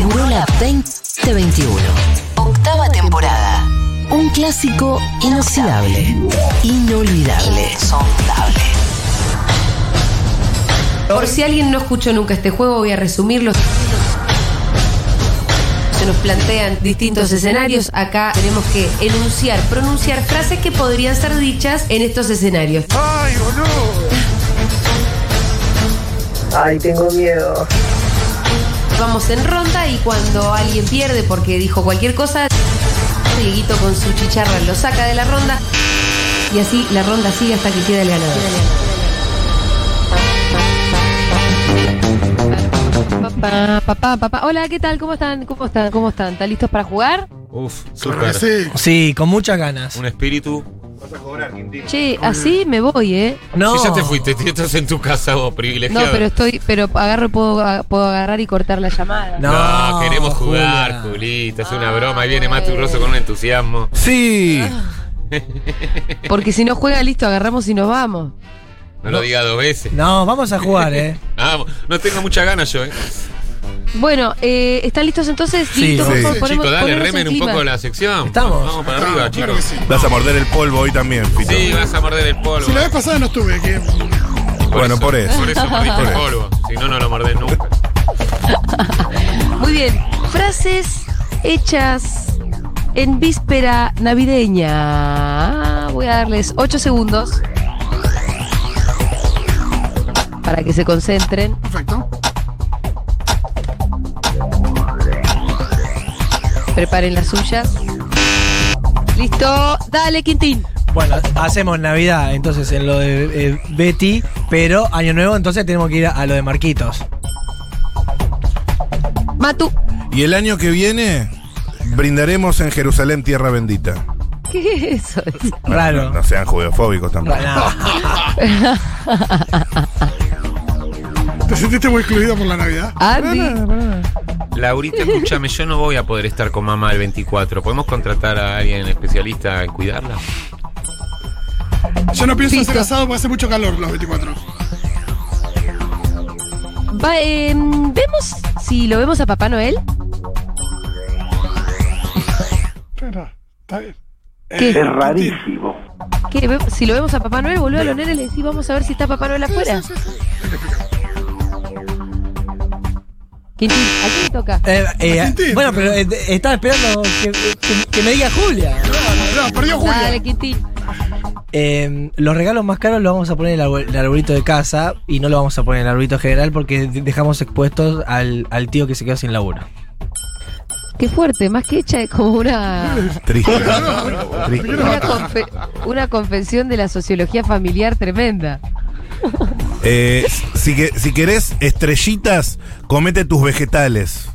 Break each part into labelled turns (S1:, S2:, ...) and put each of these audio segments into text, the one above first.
S1: Segurola 2021. Octava temporada. Un clásico inoxidable. Inolvidable. Insondable.
S2: Por si alguien no escuchó nunca este juego, voy a resumirlo. Se nos plantean distintos escenarios. Acá tenemos que enunciar, pronunciar frases que podrían ser dichas en estos escenarios.
S3: ¡Ay, boludo!
S4: Ay, tengo miedo.
S2: Vamos en ronda y cuando alguien pierde porque dijo cualquier cosa, Dieguito con su chicharra lo saca de la ronda y así la ronda sigue hasta que queda el ganador.
S5: Papá, papá, papá. Hola, ¿qué tal? ¿Cómo están? ¿Cómo están? ¿Cómo están? ¿Están listos para jugar?
S6: Uf,
S3: Claro que
S6: súper.
S3: sí.
S7: Sí, con muchas ganas.
S6: Un espíritu.
S5: Che, así me voy, ¿eh?
S7: No.
S6: Si ya te fuiste, te- estás en tu casa vos,
S5: No,
S6: privilegiado.
S5: pero estoy, pero agarro, puedo, ah, puedo agarrar y cortar la llamada.
S7: No,
S6: No, queremos jugar,
S7: Julia.
S6: Julita. Es una broma. Ahí viene Matu Grosso con un entusiasmo.
S7: Sí.
S5: Porque si no juega, listo, agarramos y nos vamos.
S6: No lo diga dos veces.
S7: No, vamos a jugar, ¿eh?
S6: Vamos. no tengo muchas ganas yo, eh.
S5: Bueno, eh, ¿están listos entonces?
S7: Sí,
S5: Listo,
S7: sí.
S5: por favor, ponemos-
S6: Chicos, dale,
S5: ponenos en
S6: remen un
S5: clima.
S6: poco la sección.
S7: Estamos.
S6: Vamos para arriba,
S3: claro que
S6: chicos.
S3: sí.
S8: Vas a morder el polvo hoy también, Fito.
S6: Sí, vas a morder el polvo.
S3: Si la vez pasada no estuve, que
S8: Bueno, por eso.
S6: Por eso mordiste
S8: Por
S6: el
S8: eso.
S6: polvo. Si no, no lo mordés nunca.
S5: Muy bien. Frases hechas en víspera navideña. Voy a darles 8 segundos para que se concentren.
S3: perfecto.
S5: Preparen las suyas. Listo. Dale, Quintín.
S7: Bueno, hacemos Navidad entonces en lo de eh, Betty, pero Año Nuevo entonces tenemos que ir a, a lo de Marquitos.
S5: Matu.
S8: Y el año que viene brindaremos en Jerusalén tierra bendita.
S5: ¿Qué es eso?
S7: Raro.
S8: No sean judeofóbicos tampoco.
S7: Bueno,
S3: ¿Te sentiste muy excluido por la Navidad?
S8: Ah.
S5: Andy.
S6: Laurita, escúchame, yo no voy a poder estar con mamá el 24. ¿Podemos contratar a alguien especialista en cuidarla?
S3: Yo no pienso
S5: Listo.
S3: hacer asado porque hace mucho calor los 24.
S5: Va, em, vemos si lo vemos a Papá Noel.
S3: Pero, está bien.
S5: ¿Qué?
S3: Eh,
S5: ¿Qué? Ve- Si lo vemos a Papá Noel, boludo, a los nenes le decís, vamos a ver si está Papá Noel afuera. Quintín, ¿a quién le toca?
S7: eh, eh,
S3: Argentina.
S7: bueno, pero eh, estaba esperando que, que- que me diga Julia.
S3: No, perdió
S5: Dale,
S3: Julia.
S5: Quintín.
S7: Eh, los regalos más caros los vamos a poner en el, arbol- el arbolito de casa y no lo vamos a poner en el arbolito general porque de- dejamos expuestos al, al tío que se quedó sin laburo.
S5: Qué fuerte, más que hecha es como una,
S8: Triste. Triste.
S5: una, confe- una confesión de la sociología familiar tremenda.
S8: Eh, si, que- si querés estrellitas, comete tus vegetales.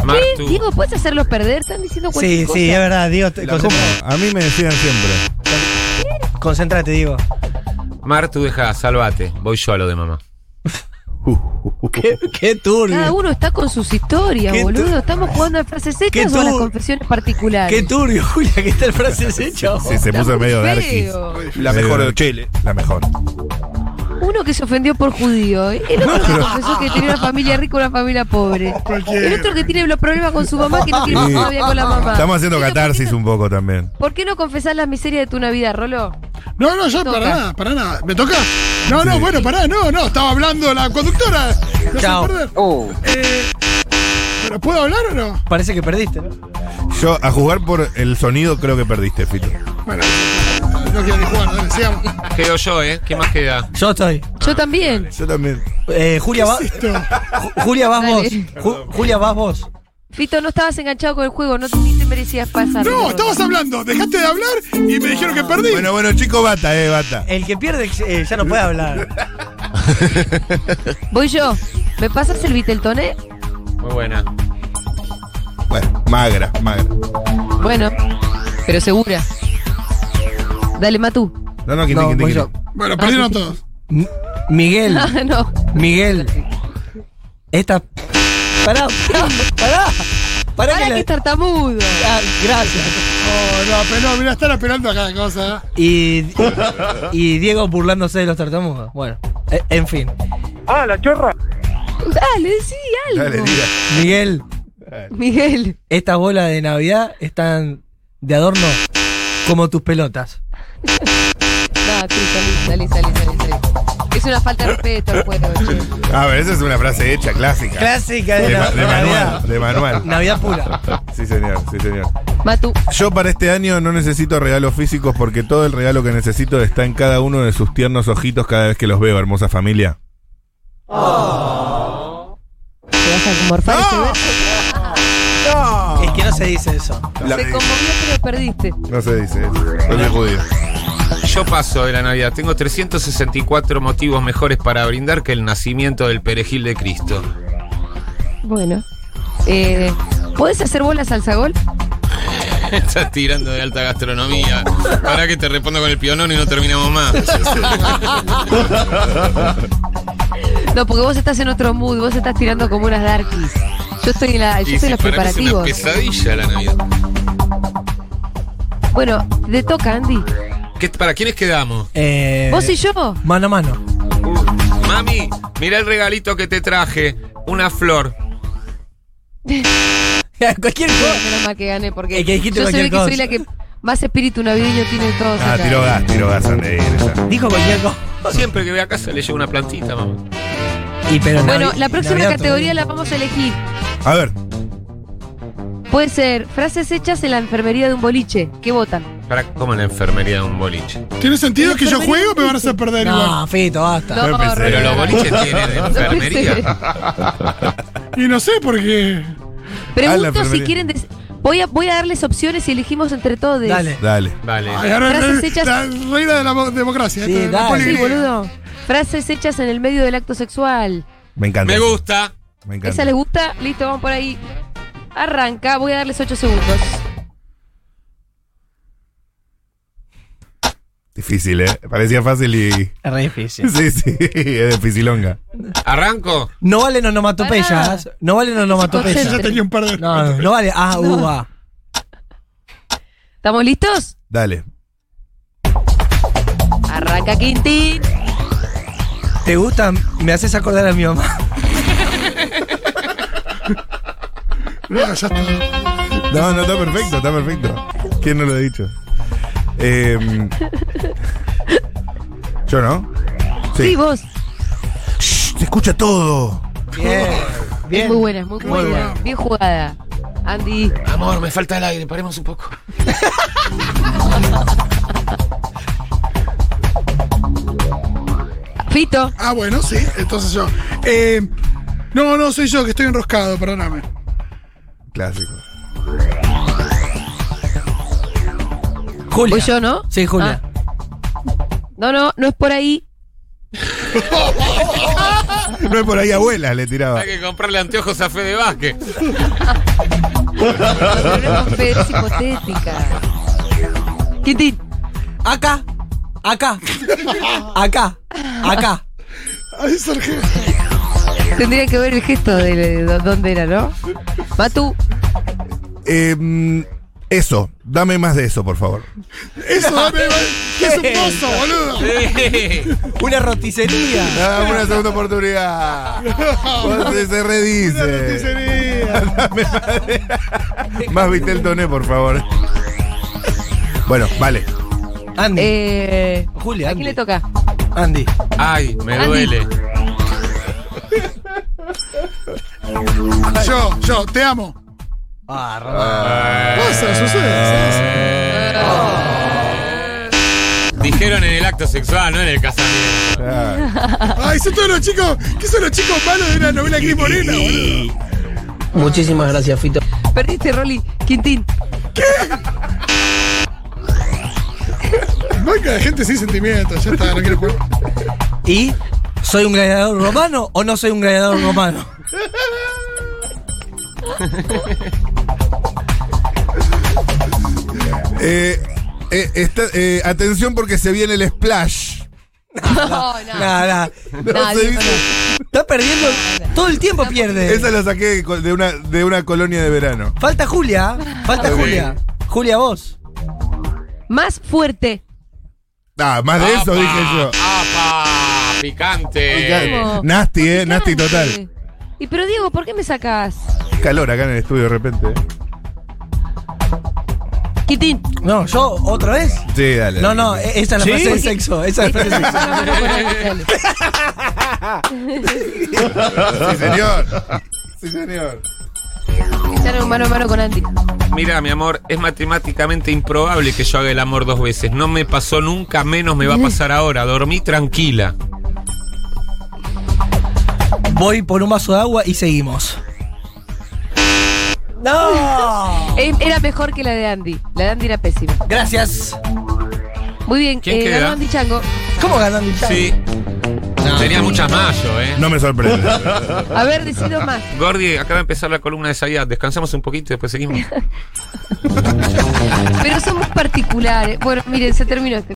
S5: ¿Qué?
S6: Martu.
S5: Diego, ¿puedes hacerlos perder? Están diciendo cualquier
S7: Sí,
S5: cosa.
S7: sí, es verdad, Digo,
S8: A mí me decían siempre.
S7: concéntrate, Diego.
S6: Martu, deja, salvate. Voy yo a lo de mamá.
S7: Qué, qué turbio.
S5: Cada uno está con sus historias,
S7: Qué tu-
S5: boludo. Estamos jugando a frases
S7: Qué
S5: secas o a las
S7: tu-
S5: confesiones particulares.
S7: Qué turbio, Julia, que está el frase hecho.
S8: Sí, se puso medio darky.
S5: Feo.
S8: La mejor de Chile. La mejor.
S5: Uno que se ofendió por judío. ¿eh? El otro que confesó que tenía una familia rica y una familia pobre.
S3: Cualquiera.
S5: El otro que tiene los problemas con su mamá que no quiere
S8: Sí.
S5: más novia con la mamá.
S8: Estamos haciendo
S5: El otro que
S8: catarsis
S5: tiene-
S8: un poco también.
S5: ¿Por qué no confesás la miseria de tu Navidad, Rolo?
S3: No, no, yo
S5: Toca.
S3: para nada, para nada. ¿Me toca? No, no,
S8: Sí.
S3: bueno, pará, no, no. Estaba hablando la conductora. No
S7: Chao.
S3: Chao. perder. Eh, ¿Pero puedo hablar o no?
S7: Parece que perdiste, ¿no?
S8: Yo, a jugar por el sonido, creo que perdiste, Fito.
S3: Bueno, no quiero ni jugar, dale, sigamos.
S6: Quedo yo, ¿eh? ¿Qué más queda?
S7: Yo estoy.
S5: Yo también.
S8: Yo también.
S7: Eh, Julia, va-
S3: Esto.
S7: Ju- Julia, vas vos.
S5: Dale.
S7: Ju- Julia, vas vos.
S5: Fito, no estabas enganchado con el juego, no te, ni te merecías pasar.
S3: No,
S5: Rolo.
S3: estabas hablando. Dejaste de hablar y me dijeron que perdí.
S8: Bueno, bueno, chico, bata, eh, bata.
S7: El que pierde eh, ya no puede hablar.
S5: Voy yo. ¿Me pasas el Viteltoné?
S6: Muy buena.
S8: Bueno, magra, magra.
S5: Bueno, pero segura. Dale, Matú.
S8: No, no, quintín,
S7: No,
S8: quintín,
S7: voy
S8: quintín.
S3: Bueno, perdieron todos.
S7: M- Miguel,
S5: Ah, no.
S7: Miguel. Esta. Pará, pará, pará. Pará
S5: Para
S7: que
S5: que es
S7: la-
S5: tartamudo.
S7: Ah, Gracias.
S3: Oh, no, pero no, mirá, están apelando a cada cosa.
S7: Y, y Diego burlándose de los tartamudos. Bueno, e- en eh, fin.
S9: Ah, la chorra.
S5: Dale, sí, algo.
S8: Dale, diga.
S7: Miguel,
S5: Miguel.
S7: estas bolas de Navidad están de adorno como tus pelotas.
S5: No, Ah, sí, salí, salí, salí, salí, salí. Es una falta de respeto el juego, che.
S8: A ver, Ah, esa es una frase hecha, clásica.
S7: Clásica
S8: de, ma- de
S7: Navidad.
S8: manual, de manual.
S7: Navidad pura.
S8: Sí, señor, sí, señor.
S5: Matu,
S8: Yo para este año no necesito regalos físicos porque todo el regalo que necesito está en cada uno de sus tiernos ojitos cada vez que los veo, hermosa familia.
S5: ¿te vas a morfar este verso?
S7: Es que no se dice eso.
S8: La-
S5: Se conmovió, pero perdiste.
S8: no se dice eso. No se judío.
S6: Yo paso de la Navidad. Tengo 364 motivos mejores para brindar que el nacimiento del perejil de Cristo.
S5: Bueno. Eh, ¿Podés hacer bolas salsa gol?
S6: Estás tirando de alta gastronomía. Ahora que te respondo con el pionón y no terminamos más.
S5: No, porque vos estás en otro mood, vos estás tirando como unas darkies. Yo estoy en, la, yo
S6: Y
S5: estoy en
S6: si
S5: los
S6: para mí es
S5: preparativos.
S6: una pesadilla la Navidad.
S5: Bueno, te toca, Andy.
S6: ¿Qué- ¿Para quiénes quedamos?
S7: Eh,
S5: ¿Vos y yo?
S7: Mano a mano.
S6: Mami, mira el regalito que te traje. Una flor.
S7: Cualquier
S5: Bueno,
S7: cosa.
S5: Menos mal que gané, porque
S7: Es que dijiste
S5: yo soy,
S7: cualquier
S5: que soy
S7: cosa.
S5: la que más espíritu navideño tiene de todos
S8: Ah,
S5: acá.
S8: tiró gas, tiró gas, Andrés.
S7: Dijo cualquier cosa.
S6: Siempre que voy a casa le llevo una plantita, mamá.
S7: Y pero
S5: Bueno,
S7: Navi-
S5: la próxima
S7: Navidad
S5: categoría
S7: todo.
S5: la vamos a elegir.
S8: A ver,
S5: Puede ser frases hechas en la enfermería de un boliche. ¿Qué votan?
S6: Para como en la enfermería de un boliche.
S3: ¿Tiene sentido que yo juego? Me van a hacer perder igual.
S7: No, Fito, basta.
S8: No, pensé.
S6: Pero los
S5: Rodrigo.
S6: boliches tienen enfermería.
S3: Y no sé por qué.
S8: Ah, la
S5: Pregunto si
S8: enfermería.
S5: quieren. des- Voy a, voy a darles opciones y elegimos entre todos.
S7: Dale.
S8: dale.
S6: Vale.
S8: Ah.
S3: Ay, ahora
S5: Frases
S3: re-
S5: hechas-
S3: La reina de la mo- democracia.
S7: Sí,
S3: esto, la
S7: dale.
S5: Sí,
S3: poligría.
S5: boludo. Frases hechas en el medio del acto sexual.
S8: Me encanta.
S6: Me gusta.
S8: Me encanta.
S5: ¿Esa les gusta? Listo, vamos por ahí. Arranca, voy a darles 8 segundos.
S8: Difícil, ¿eh? Parecía fácil y...
S7: Es re difícil.
S8: Sí, sí, es dificilonga.
S6: ¿Arranco?
S7: No valen onomatopeyas. No valen
S5: Concéntrate.
S7: onomatopeyas.
S3: Ya tenía un par de.
S7: No, no, no vale. Ah, uva.
S5: ¿Estamos listos?
S8: Dale.
S5: Arranca Quintín.
S7: ¿Te gustan? Me haces acordar a mi mamá.
S3: No, ya está.
S8: No, no, está perfecto, está perfecto. ¿Quién no lo ha dicho? Em, Yo no.
S5: Sí, vos.
S8: Se escucha todo.
S7: Bien. Bien.
S5: Muy buena, muy, buena. Bien jugada. Andy.
S6: Amor, me falta el aire, paremos un poco.
S5: Fito.
S3: Ah, bueno, sí. Entonces yo. Eh, no, no, soy yo que estoy enroscado, perdóname.
S8: Clásico.
S7: Julia.
S5: Voy yo, Ah. ¿no?
S7: Sí, Julia.
S5: No, no, no es por ahí.
S8: No es por ahí, abuela, le tiraba.
S6: Hay que comprarle anteojos a Fede Vázquez.
S5: Pero no es con Fede, es hipotética. Quintín.
S7: Acá. Acá. Acá. Acá.
S3: Ay, Sergio.
S5: Tendría que ver el gesto de, de dónde era, ¿no? Matu.
S8: Em, eso, dame más de eso, por favor.
S3: Eso, dame. es un mozo, boludo.
S7: Una roticería.
S8: Dame una segunda oportunidad. Vos se- se redice.
S3: Sería.
S8: Dame más, de- más Vitel Toné, por favor. Bueno, vale.
S7: Andy.
S5: Eh,
S7: Julia,
S5: ¿A quién
S7: Andy.
S5: le toca?
S7: Andy.
S6: Ay, me
S5: Andy.
S6: duele.
S3: Yo, yo, te amo.
S7: Ah,
S3: Pasa,
S7: Eh.
S3: sucede.
S6: Dijeron en el acto sexual, no en el casamiento.
S8: Ah,
S3: Ay, son todos los chicos. ¿Qué son los chicos malos de la novela Gris Morena, boludo?
S7: Muchísimas gracias, Fito.
S5: Perdiste, Rolly. Quintín.
S3: Banca de gente sin sentimientos. Ya está, no quiero jugar.
S7: ¿Y soy un gladiador romano o no soy un gladiador romano?
S8: eh, eh, está- eh, atención porque se viene el splash.
S5: No, no.
S7: Nada.
S8: No
S5: No,
S8: se
S5: Diego,
S8: dice-
S7: Está perdiendo. Todo el tiempo pierde.
S8: Esa la saqué co- de una, de una colonia de verano.
S7: Falta Julia. Falta
S6: Ok.
S7: Julia. Julia, vos.
S5: Más fuerte.
S8: Ah, más de eso
S6: Apa,
S8: dije yo. Eh,
S6: apa, Picante.
S8: Nasty, eh, nasty total.
S10: Y pero Diego, ¿por qué me sacás?
S8: Calor acá en el estudio de repente. ¿eh?
S10: Quitín.
S7: No, yo otra vez.
S8: Sí, dale.
S7: No, no, e- esa es la
S11: ¿Sí?
S7: frase de sexo. Esa es la frase de sexo.
S8: Sí, señor. Sí, señor.
S5: Echaron mano a mano con Andy.
S6: Mira, mi amor, es matemáticamente improbable que yo haga el amor dos veces. No me pasó nunca, menos me va a pasar ahora. Dormí tranquila.
S7: Voy por un vaso de agua y seguimos. ¡No!
S5: Eh, Era mejor que la de Andy. La de Andy era pésima.
S7: Gracias.
S5: Muy bien,
S6: ¿Quién
S5: eh,
S6: queda?
S5: ganó Andy Chango.
S7: ¿Cómo ganan mi
S6: Sí. Tenía muchas más yo, ¿eh?
S8: No me sorprende.
S5: A ver, decido más.
S6: Gordi, acaba de empezar la columna de Sayat. Descansamos un poquito y después seguimos.
S5: Pero somos particulares. Bueno, miren, se terminó este.